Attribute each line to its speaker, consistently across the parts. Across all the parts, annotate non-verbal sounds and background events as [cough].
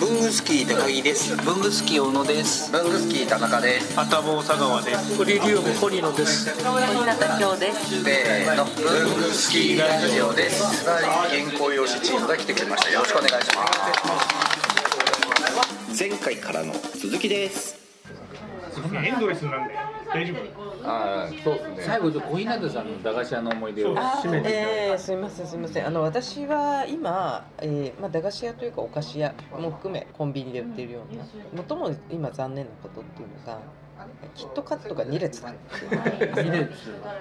Speaker 1: 文具スキー高木です
Speaker 2: 文具スキー小野です
Speaker 3: 文具スキー田中です
Speaker 4: 頭佐川です
Speaker 5: トリリウム堀野です
Speaker 6: 小日向京です
Speaker 3: せーの文具スキーラジオですはい原稿用紙チームが来てくれましたよろしくお願いします前回からの続きです
Speaker 4: エンドレスなんで大丈夫
Speaker 3: ああそうですね
Speaker 2: 最後じゃあ小日向さんの駄菓子屋の思い出を
Speaker 7: あ
Speaker 4: 締めていただい
Speaker 7: えーすみませんすみませんあの私は今、えーまあ、駄菓子屋というかお菓子屋も含めコンビニで売ってるような最も今残念なことっていうのがキットカットが2列だ、
Speaker 2: 2列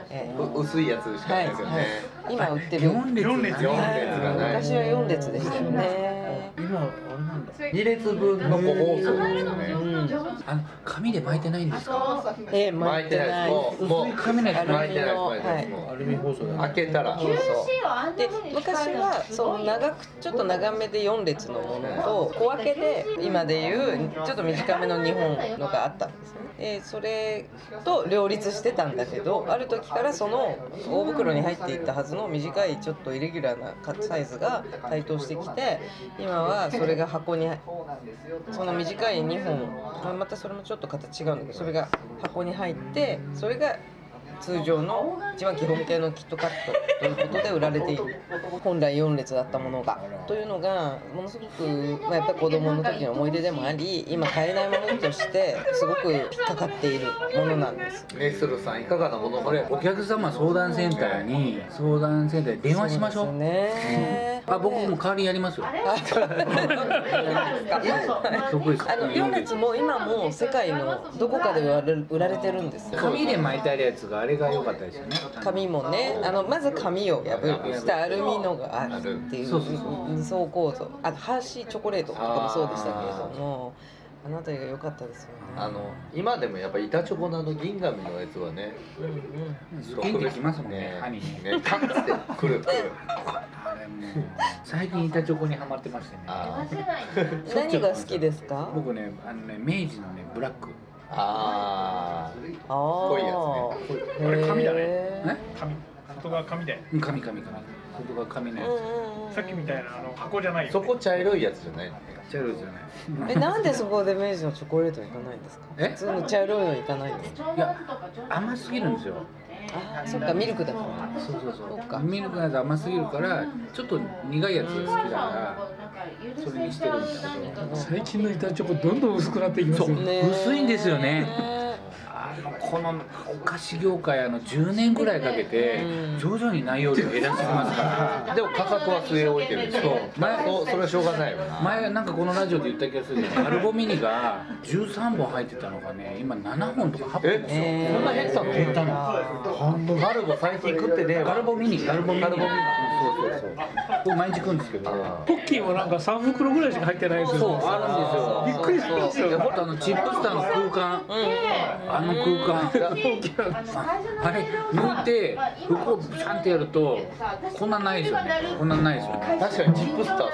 Speaker 7: え
Speaker 3: う薄いやつしかないですよね、
Speaker 7: ー今売ってる
Speaker 2: 4列
Speaker 4: 四列
Speaker 3: 列
Speaker 4: 四
Speaker 3: がない
Speaker 7: 昔は4列でしたよね
Speaker 2: 今あれなんだ
Speaker 3: 二列分の個包装ですよね
Speaker 2: あの紙で巻いてないんですか
Speaker 7: えー巻いてない
Speaker 3: もうも
Speaker 2: 薄い紙のやつ
Speaker 3: う巻いてないです巻いてないです
Speaker 7: は
Speaker 3: も
Speaker 2: アルミ包装
Speaker 3: う
Speaker 2: だ
Speaker 3: 開けたら
Speaker 7: そうそうで
Speaker 8: で
Speaker 7: 昔
Speaker 8: 昔
Speaker 7: は
Speaker 8: は
Speaker 7: そ
Speaker 8: そ
Speaker 7: の長
Speaker 8: の長
Speaker 7: くちょっと長めで4列のものと小分けで今でいうちょっと短めの2本のがあったんですよねでそれと両立してたんだけどある時からその大袋に入っていったはずの短いちょっとイレギュラーなカサイズが台頭してきて今はそれが箱にその短い2本まあまたそれもちょっと形違うんだけどそれが箱に入ってそれが通常の一番基本形のキットカットということで売られている本来4列だったものがというのがものすごく、まあ、やっぱり子どもの時の思い出でもあり今買えないものとしてすごく引っかかっているものなんです。
Speaker 3: ネスルさんいかがなものこれ
Speaker 2: お客様相談センターに相談センターで電話しましょう
Speaker 7: そうですね
Speaker 2: あ僕も代わりにやりますよ
Speaker 7: あそうですか
Speaker 2: そこです
Speaker 7: あの4列も今も世界のどこかで売られ売られてるんですよ
Speaker 2: 紙で巻いてあるやつがあれが良かったですよね
Speaker 7: 紙もねあのまず紙を破るそしてアルミのがあるっていう
Speaker 2: そうそうそう
Speaker 7: 二層構造あのハーシーチョコレートとかもそうでしたけれどもあの辺りが良かったですよね
Speaker 3: あの今でもやっぱ板チョコのあの銀紙のやつはね
Speaker 2: 受験できますもんね歯にね
Speaker 3: ねかつてくるく [laughs] る
Speaker 2: あれも最近板チョコにはまってましてね
Speaker 3: あー
Speaker 7: 何が好きですか
Speaker 2: 僕ねあのね明治のねブラック
Speaker 3: あー
Speaker 7: ああ
Speaker 3: 濃いやつ
Speaker 7: ね
Speaker 4: これ紙だね
Speaker 2: ね
Speaker 4: 紙外側紙で
Speaker 2: 紙紙紙外側紙の
Speaker 7: う
Speaker 2: や
Speaker 7: んうんうん
Speaker 4: さっきみたいなあの箱じゃないよ
Speaker 3: そこ茶色いやつじゃないのね
Speaker 2: つ茶色いですよね
Speaker 7: えなんでそこで明治のチョコレート行かないんですか
Speaker 2: え
Speaker 7: 普通の茶色いの行かないんですか
Speaker 2: いや甘すぎるんですよ
Speaker 7: あーそっかミルクだから
Speaker 2: そうそうそう
Speaker 7: そっか
Speaker 2: ミルクのやつ甘すぎるからちょっと苦いやつが好きだからそれにしてるみたいな
Speaker 5: 最近の板チョコどんどん薄くなっていきますよね
Speaker 7: ね
Speaker 2: 薄いんですよねあのこのお菓子業界あの10年ぐらいかけて
Speaker 7: うん
Speaker 2: 徐々に内容量減らしてきますから
Speaker 3: でも価格は据え置いてるでしょ
Speaker 2: う前
Speaker 3: そうそれはしょうがないよな
Speaker 2: 前なんかこのラジオで言った気がするけどアルゴミニが13本入ってたのがね今7本とか8本ですよ
Speaker 7: え
Speaker 3: そんな減ったの
Speaker 2: 減ったの
Speaker 3: 半分ガルボ最近食ってねえわ
Speaker 2: ガルボミニガルボミニ
Speaker 3: ガルボミニ
Speaker 2: うんそうそうそう僕毎日食うんですけど
Speaker 3: あ
Speaker 5: ポッキーもなんか3袋ぐらいしか入ってないですよ
Speaker 2: あるんです
Speaker 5: びっ
Speaker 2: よ
Speaker 5: くりしました
Speaker 2: いや
Speaker 5: よ
Speaker 2: ほんとあのチップスターの空間あの空間あれ抜いて服をシャンってやるとこんなんないですよねこんなんないですよね
Speaker 3: 確かにチップスター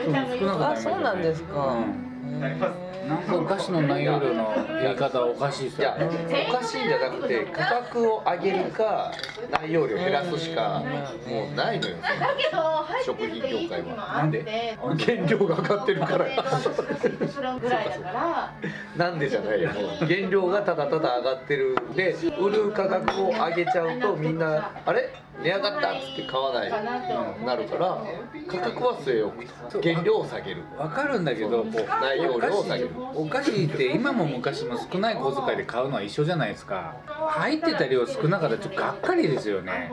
Speaker 3: 少なくなっ
Speaker 2: 少なくなりま
Speaker 7: あ
Speaker 2: した
Speaker 7: そ
Speaker 2: よ
Speaker 7: う
Speaker 2: ね
Speaker 7: なんですか
Speaker 2: うん
Speaker 4: なります
Speaker 2: なんかお菓子の内容量のやり方はおかしいです
Speaker 3: たい
Speaker 2: よ
Speaker 3: や
Speaker 2: ね
Speaker 3: おかしいんじゃなくて価格を上げるか内容量減らすしかもうないのよ
Speaker 8: 食品業界は
Speaker 3: なん
Speaker 8: で
Speaker 3: 原料が上がってるから
Speaker 8: ぐらいだから
Speaker 3: なんでじゃないよもう原料がただただ上がってるで売る価格を上げちゃうとみんなあれ値上がったっつって買わないなるから価格は据え置くと原料を下げる
Speaker 2: わかるんだけどこう
Speaker 3: 内容量を下げる
Speaker 2: お菓子って今も昔も少ない小遣いで買うのは一緒じゃないですか入ってた量少なかったらちょっとがっかりですよね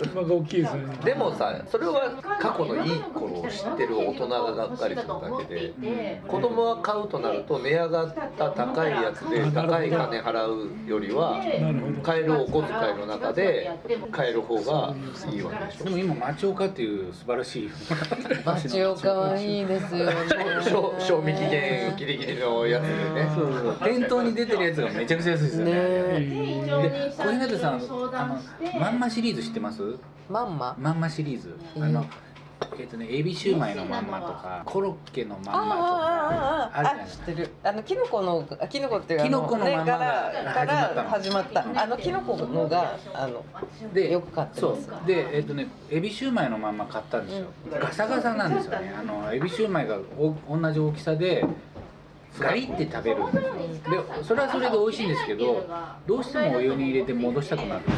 Speaker 5: 車が大きいですね
Speaker 3: でもさそれは過去のいい頃を知ってる大人ががっかりするだけで子供は買うとなると値上がった高いやつで高い金払うよりは買えるお小遣いの中で買える方がいいわけでしょ
Speaker 2: でも今町岡っていう素晴らしい
Speaker 7: 町岡はいいですよね
Speaker 3: 賞賞味期限ギリギリのやつでね
Speaker 2: そうそうそう店頭に出てるやつがめちゃくちゃ安いですよね
Speaker 7: ねえ
Speaker 2: で小日向さんあのまんまシリーズ知ってます
Speaker 7: まんま
Speaker 2: まんまシリーズあのえっとねエビシューマイのまんまとかコロッケのまんまと
Speaker 7: あ
Speaker 2: か
Speaker 7: ああ
Speaker 2: あ
Speaker 7: あ
Speaker 2: る
Speaker 7: あ
Speaker 2: じゃ
Speaker 7: あ
Speaker 2: ない
Speaker 7: 知ってるあのキノコのあキノコっていうあ
Speaker 2: キノコの
Speaker 7: ね
Speaker 2: まんま
Speaker 7: か
Speaker 2: が
Speaker 7: らから始まったあのキノコのがあの
Speaker 2: で
Speaker 7: よく買って
Speaker 2: そ
Speaker 7: ます
Speaker 2: うでえっとねエビシューマイのまんま買ったんですよ、ガサガサなんですよねあのエビシューマイがお同じ大きさでガリって食べるんですよでそれはそれで美味しいんですけどどうしてもお湯に入れて戻したく
Speaker 5: [laughs]
Speaker 2: なって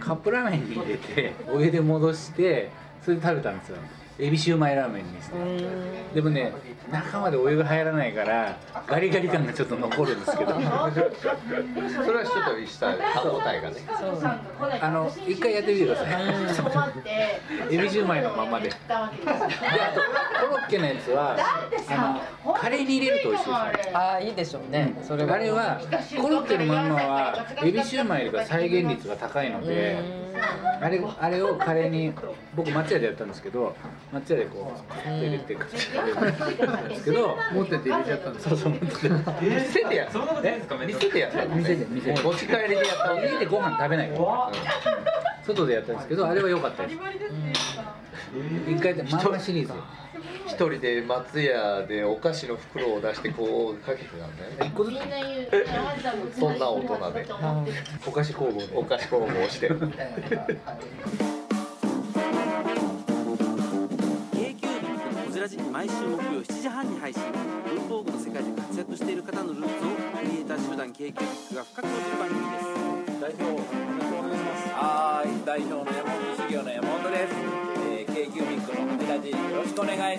Speaker 2: カップラーメンに入れてお湯で戻してそれで食べたんですよエビシューマイラーメンにして
Speaker 7: うーん
Speaker 2: でもね中までお湯が入らないからガリガリ感がちょっと残るんですけど
Speaker 3: それは人とした歯応えがね
Speaker 2: あの一回やってみてください
Speaker 8: い
Speaker 2: エビシューマイのままでであとコロッケのやつはあのカレーに入れると美味しいですよ
Speaker 7: ああいいでしょうねそれは
Speaker 2: あれはコロッケのまんまはエビシューマイよりか再現率が高いの
Speaker 7: う
Speaker 2: で
Speaker 7: ーん
Speaker 2: あれあれをカレーに僕松屋でやったんですけど松屋でこうカッと入れてカッと入れてやったんですけど
Speaker 3: 持ってて入れちゃったんです
Speaker 2: そうそう持ってて
Speaker 3: 店でやったの店でやったのね
Speaker 2: 店で店で
Speaker 3: 持ち帰りでやったのね
Speaker 2: 家でご飯食べないから外でやったんですけどあれは良かったです一回でまんまシリーズ
Speaker 3: 一人で松屋でお菓子の袋を出してこうかけてたんだよね
Speaker 2: 一個ずつ
Speaker 3: そんな大人で
Speaker 2: お菓子工房で
Speaker 3: お菓子工房して
Speaker 1: k q ビッのこじらじ毎週木曜7時半に配信文房具の世界で活躍している方のルーツをクリエイター集団 k q ビッが深く落ちる番組です代表お願いしますはい代表の山本修行の山本です、えー、k q ビッのこじらじよろしくお願い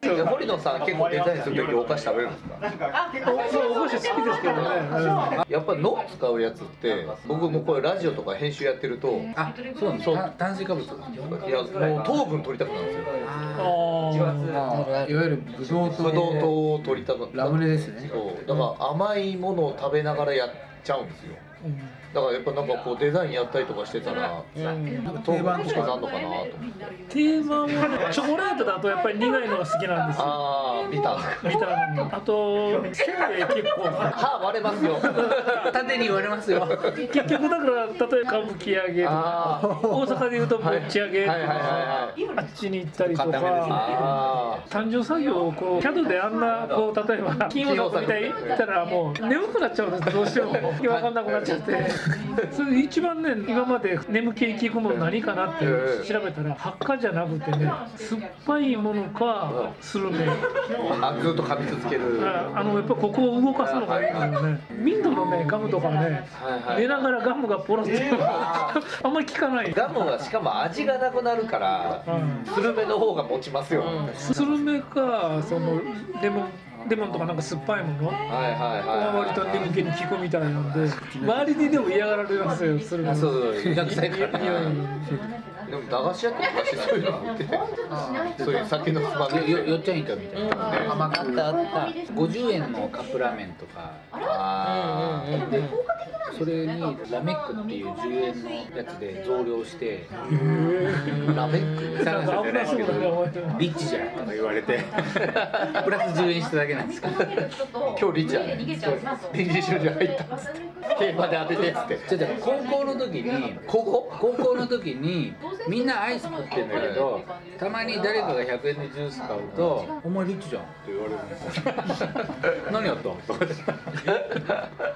Speaker 3: 堀野さん結構デザインする時お菓子食べるんですか
Speaker 5: そうお菓子好きですけどねうん
Speaker 3: やっぱ脳使うやつって僕もこれラジオとか編集やってると
Speaker 2: あそうなんですた炭水化物
Speaker 3: いやもう糖分取りたくなるんですよ
Speaker 7: あるある
Speaker 9: いわゆるブドウ
Speaker 3: ブドウ
Speaker 9: と
Speaker 3: 糖を取りたくなる
Speaker 9: ラムネですね
Speaker 3: そうだから甘いものを食べながらやっちゃうんですよだからやっぱなんかこうデザインやったりとかしてたら糖分とかなんのかなと思って
Speaker 5: 定番はチョコレートだとやっぱり苦いのが好きなんですよ
Speaker 3: ああビター
Speaker 5: みたいなのあとせいべい結構
Speaker 3: 歯割れますよ
Speaker 2: 縦に言われますよ
Speaker 5: 結局だから例えば歌舞伎揚げとか
Speaker 3: あー
Speaker 5: 大阪でいうとぶっち上げと
Speaker 3: はいはいはいは
Speaker 5: か
Speaker 3: い
Speaker 5: あっちに行ったりと
Speaker 9: 固めですね
Speaker 5: か。
Speaker 3: あ
Speaker 5: 単純作業をこう CAD であんなこう例えば金曜作みたいに言ったらもう眠くなっちゃうんですどうしても分かんなくなっちゃってそれで一番ね今まで眠気に効くもの何かなって調べたら発火じゃなくてね酸っぱいものかするね
Speaker 3: ーあずっと噛み続ける
Speaker 5: ああのやっぱここを動かすのがいいんですよねミントのねガムとかね
Speaker 3: はいはい
Speaker 5: 寝ながらガムがポロって [laughs] あんまり効かない
Speaker 3: ガムはしかも味がなくなるから
Speaker 5: うん
Speaker 3: スルメの方が持ちますよ、はいはい
Speaker 5: スルメかそのレモンレモンとかなんか酸っぱいもの
Speaker 3: はいはい
Speaker 5: 割と眠気に効くみたいなので周りにでも嫌がられますよそれが
Speaker 2: あそうそう医学
Speaker 5: いや
Speaker 2: 祭か
Speaker 5: いやいや
Speaker 3: でも駄菓子屋って昔そういうの売っててそういう酒のつま
Speaker 2: ら
Speaker 3: み
Speaker 2: よよっちゃんイカみたいな
Speaker 7: うんあったあった
Speaker 2: 50円のカップラーメンとか
Speaker 3: あー
Speaker 2: でそれにラメックっていう10円のやつで増量して
Speaker 3: ラメック
Speaker 5: なんか危なそうだねお前
Speaker 2: リッチじゃんとか言われ [laughs] てプラス10円しただけなんですけど
Speaker 3: 今日リッチやね臨時収入入った競馬で当ててっつって
Speaker 2: ちょっと高校の時に高校高校の時にみんなアイス食ってんだけどたまに誰かが100円でジュース買うと「お前リッチじゃん」って言われるんですよ何や [laughs] ったんとかって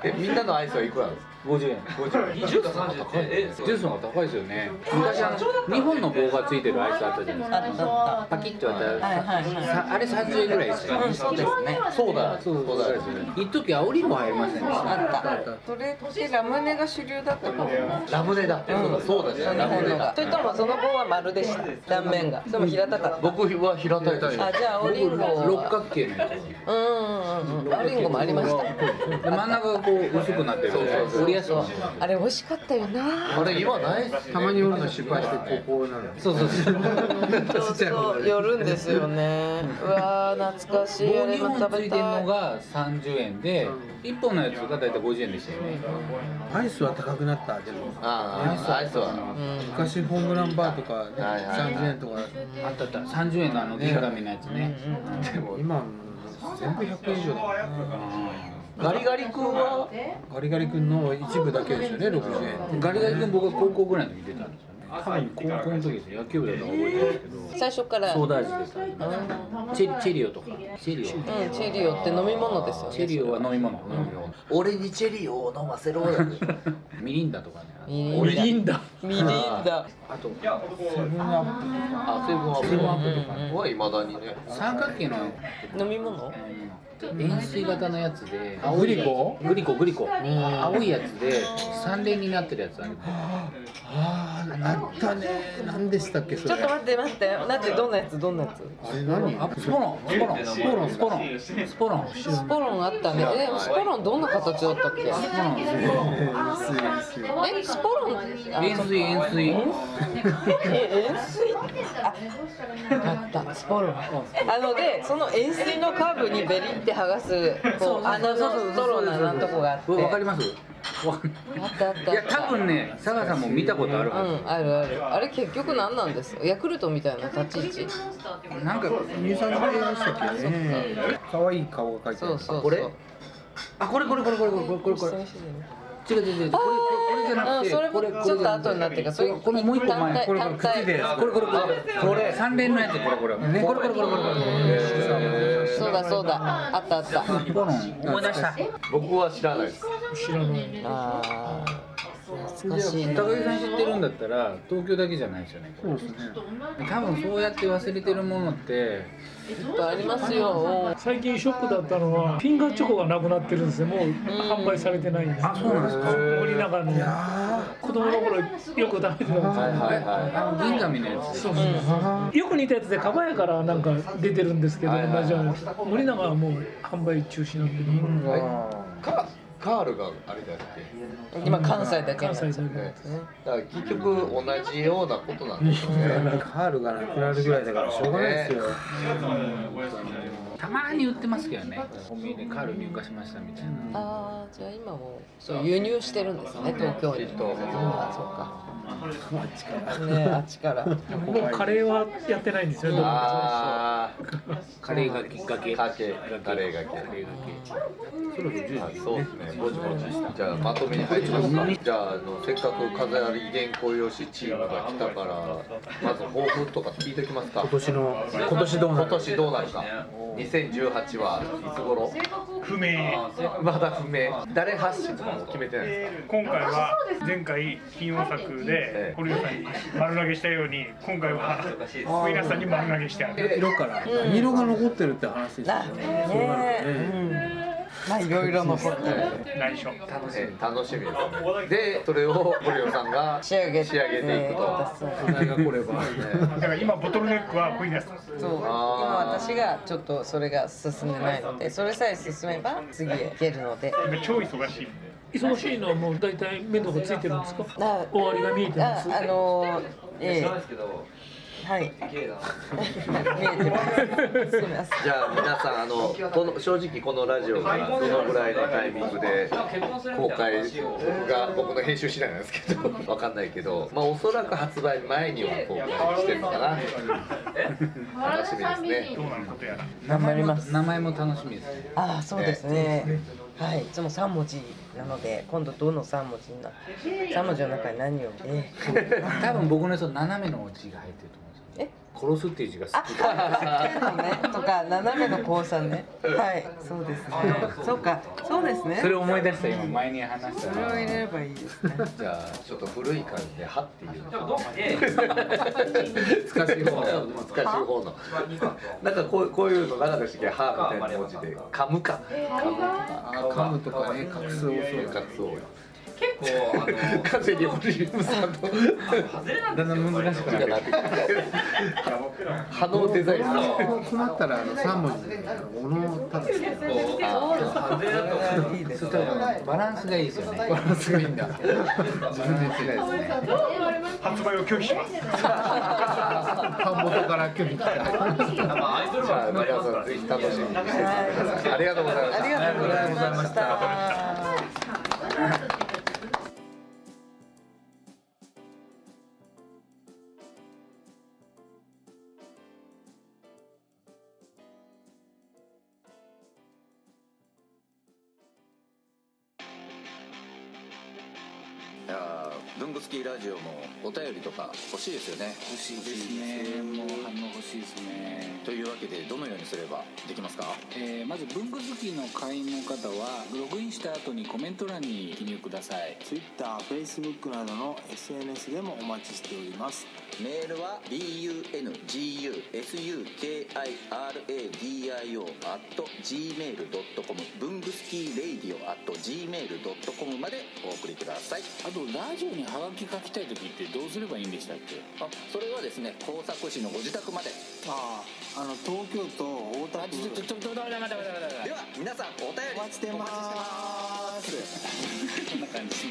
Speaker 3: えみんなのアイスはいくらなんですか
Speaker 2: 50円50円ジュースの方が高いジュースの方が高いですよね昔あの日本の棒がついてるアイスあったじゃないですか
Speaker 7: あったあっ
Speaker 2: パキッと割った
Speaker 7: はいはい
Speaker 2: らさあれ30円ぐらいですよ
Speaker 7: たう
Speaker 2: ね
Speaker 7: んそうですね
Speaker 3: そうだそうだよ
Speaker 2: 一時青りんご入りませんでした
Speaker 7: あったそれってラムネが主流だったかも
Speaker 3: ラムネだそうだそうだじゃんラムネだ
Speaker 7: それともそうその後は丸でした断面がそれも平たかった
Speaker 3: 僕は平たいタイプ
Speaker 7: あじゃあ青りんご
Speaker 2: 僕六
Speaker 7: は
Speaker 2: 角形のやつ
Speaker 7: うんうんうんうん青りんごもありました
Speaker 2: で真ん中がこう薄くなってる
Speaker 3: そうそうそう
Speaker 2: 折りやすくなってる
Speaker 7: あれ美味しかったよな
Speaker 3: あれ今ないっすね
Speaker 9: たまに俺の失敗してこうこうなる
Speaker 2: そうそうそう
Speaker 7: そうそう寄るんですよねうわー懐かしい
Speaker 2: 棒
Speaker 7: あれ
Speaker 2: 2
Speaker 7: も
Speaker 2: 本
Speaker 7: 食
Speaker 2: つ
Speaker 7: べ
Speaker 2: いてる
Speaker 7: たい
Speaker 2: のが30円で1本のやつが大体50円でしたよね
Speaker 9: アイスは高くなったでも
Speaker 3: ああアイスは
Speaker 7: うん
Speaker 9: 昔ホームランバーとかね
Speaker 3: はいはいはい
Speaker 9: 30円とか
Speaker 2: あったあった30円のあの銀紙のやつね
Speaker 3: でも
Speaker 9: 今もう全部100円以上だもんな
Speaker 3: ガリガリ君は
Speaker 9: ガリガリ君の一部だけですよね60円って
Speaker 2: ガリガリ君僕は高校ぐらいの時出たんですよね多分高校の時ですよ野球部だとは覚えてるんですけど
Speaker 7: 最初から
Speaker 2: ソーダ味で食べましたチェチェリオとかチェリオ
Speaker 7: うん、チェリオって飲み物ですよね。
Speaker 2: チェリオは飲み物飲み
Speaker 3: 俺にチェリーを飲ませろやで
Speaker 2: 物ミリンダとかね
Speaker 7: ミリンダ。ミリンダ。
Speaker 2: あ
Speaker 9: セ
Speaker 2: と
Speaker 9: ブンアップ
Speaker 3: あセブンアップ
Speaker 2: セブンア
Speaker 7: ップとか
Speaker 3: はいまだにね
Speaker 2: 三角形の
Speaker 7: 飲み物？
Speaker 2: 円錐型のやつで
Speaker 5: グリコ
Speaker 2: グリコグリコ青いやつで三連になってるやつある
Speaker 9: ああなったね何でしたっけそ
Speaker 7: ちょ
Speaker 9: れ
Speaker 7: っと待って待って。だってどんなやつどんなやつ？
Speaker 9: あれ何
Speaker 2: あスポロンスポロンスポロンスポロンスポロンスポロン
Speaker 7: スポロンあったね。え、スポロンどんな形だったっけ？え、スポロンあ
Speaker 2: 円錐円錐
Speaker 7: え、円錐あった。スポロン。あので、その円錐のカーブにベリって剥がすこう穴のストローの穴のとこがあって。
Speaker 2: わかりますわかん
Speaker 7: あったあったあっ
Speaker 2: な
Speaker 7: た。
Speaker 2: いいや多分ね佐賀さんも見たことある
Speaker 7: う
Speaker 2: は
Speaker 7: ん、あるある。あれ結局何なんですヤクルトみたいな立ち位置。
Speaker 2: ずなんか
Speaker 9: 乳酸剤でしたっけね可愛い顔が描いてあ
Speaker 7: そ
Speaker 9: る
Speaker 7: うそうそう。
Speaker 2: これあこれこれこれこれこれこれこれこれ違う違う違うこれこれこれじゃ
Speaker 7: う
Speaker 2: なく
Speaker 7: ん、
Speaker 2: て
Speaker 7: それ
Speaker 2: こ
Speaker 7: も
Speaker 2: れ
Speaker 7: ちょっと後になってるから、それ
Speaker 2: これもう一個前
Speaker 9: これこれ
Speaker 7: 単体
Speaker 9: 口で
Speaker 2: これこれこれこれ三連のやつこれこれこれこれこれこれこれ
Speaker 7: そうだそうだ、あったあった。
Speaker 2: スポロン思い出した
Speaker 3: 僕は知らないです
Speaker 7: あー懐かしいね。
Speaker 2: 高木さん知ってるんだったら東京だけじゃないですよね
Speaker 9: そうですね
Speaker 2: 多分そうやって忘れてるものって
Speaker 7: いっぱいありますよ。
Speaker 5: 最近ショックだったのはフィンガーチョコがなくなってるんですよもう販売されてないんですあ
Speaker 2: そうなんですか
Speaker 5: 森永の子供の頃よく食べてたんですよ
Speaker 3: はいはいは
Speaker 2: あの銀紙のやつでしょ
Speaker 5: よく似たやつで蒲屋からなんか出てるんですけど
Speaker 3: はいはい
Speaker 5: 同じようなやつ森永はもう販売中止なんで、
Speaker 3: いカカールがあれだっけ
Speaker 7: 今関西だけ
Speaker 5: 関
Speaker 7: なん
Speaker 5: 西
Speaker 7: です
Speaker 5: だ
Speaker 7: よ。
Speaker 5: け
Speaker 3: ねだから結局同じようなことなんですよね
Speaker 9: カールがなくなるぐらいだからしょうがないですよ
Speaker 2: たまに売ってますけどねコンビニでカール入荷しましたみたいな
Speaker 7: ああ、じゃあ今もそう輸入してるんですね、東京に。
Speaker 3: きっと
Speaker 7: あそうか。ねあっちから。
Speaker 5: もうカレーはやってないんですよ
Speaker 3: ああ
Speaker 2: カレーがきっかけ
Speaker 3: かけカレーがけ
Speaker 2: カレーが
Speaker 3: そろそろ10時そうですねぼちぼちしたじゃあまとめに入りますかじゃああのせっかく飾り原稿用紙チームが来たからまず抱負とか聞いておきますか
Speaker 9: 今年の今年どうな
Speaker 3: 今
Speaker 9: る
Speaker 3: 年どうなるか2018はいつ頃
Speaker 4: 不明
Speaker 3: まだ不明誰発信とかも決めてないですか
Speaker 4: 今回は前回金音作で堀内さんに丸投げしたように今回は皆さんに丸投げしてある
Speaker 9: 色から何色が残ってるって話ですよ
Speaker 7: あ、
Speaker 9: ね
Speaker 7: ねえ。うんまあいろいろ残ってる。
Speaker 4: 内緒
Speaker 3: 楽しみ楽しみですねでそれを堀尾さんが
Speaker 7: 仕上げ
Speaker 3: 仕上げていくと
Speaker 7: そう
Speaker 9: 素材
Speaker 5: [laughs]
Speaker 9: が来れば
Speaker 4: だから今ボトルネックは堀内さん
Speaker 7: そう今
Speaker 3: あー
Speaker 7: 私がちょっとそれが進んでないのでそれさえ進めば次へ行けるので
Speaker 4: 今超忙しい
Speaker 5: 忙しいのはもう大体目処がついてるんですか
Speaker 7: あ
Speaker 5: 終わりが見えてま
Speaker 7: あ
Speaker 5: す
Speaker 7: あのー、ええはい [laughs] 見えてますすみません
Speaker 3: じゃあ皆さんあのこの正直このラジオがどのぐらいのタイミングで公開僕が僕の編集次第なんですけどわかんないけどまあおそらく発売前には公開してるのかな楽しみですね
Speaker 4: どうなることやら
Speaker 2: 頑張ります名前も楽しみですね
Speaker 7: ああそうですねはいいつも3文字なので今度どの3文字にな3文字の中に何をええ
Speaker 2: 多分僕のその斜めの字が入ってると思うんですよね殺すっていう字
Speaker 7: [laughs]
Speaker 2: が好き
Speaker 7: ねとか斜めの交差ねはいそうですねそうかそうですね
Speaker 2: それを思い出した今前に話した
Speaker 7: それを入れればいいですね
Speaker 3: じゃあちょっと古い感じで「は」っていう
Speaker 9: 難しい方
Speaker 3: 難しい方のなんかこうこういうのなかったっけは」みたいな文字で「噛むか」
Speaker 9: 噛むとかね隠す
Speaker 3: そういう活動構あの完全にホリウムさんと
Speaker 2: だんだん難しくなってきて
Speaker 3: 波動デザインさん
Speaker 9: 困ったらあの三文字で小野達也
Speaker 2: そう多分バランスがいいですよね
Speaker 9: バランスがいいんだ自分で言ってないですね
Speaker 4: 発売を拒否します
Speaker 9: 版元から拒否来た
Speaker 3: じゃあ皆さんぜひ楽しみにしててくださいありがとうございました
Speaker 7: ありがとうございました。
Speaker 10: いやー文具好きラジオもお便りとか欲しいですよね
Speaker 2: 欲しいですねもう反応欲しいですね
Speaker 10: というわけでどのようにすればできますか
Speaker 2: えーまず文具好きの会員の方はログインした後にコメント欄に記入ください
Speaker 1: TwitterFacebook などの SNS でもお待ちしております
Speaker 10: メールは bungusukiradio gmail.com 文具好きレイディオ gmail.com までお送りください
Speaker 2: あとラジオにハガキ書きたい時ってどうすればいいんでしたっけ
Speaker 10: あそれはですね工作士のご自宅まで
Speaker 1: あああの東京都大田
Speaker 2: あ
Speaker 1: 区
Speaker 2: ちょちょちょちょ待って待って待って待って
Speaker 10: では皆さんお便り
Speaker 1: お待ちしてます
Speaker 10: お待ちしてます
Speaker 2: こんな感じ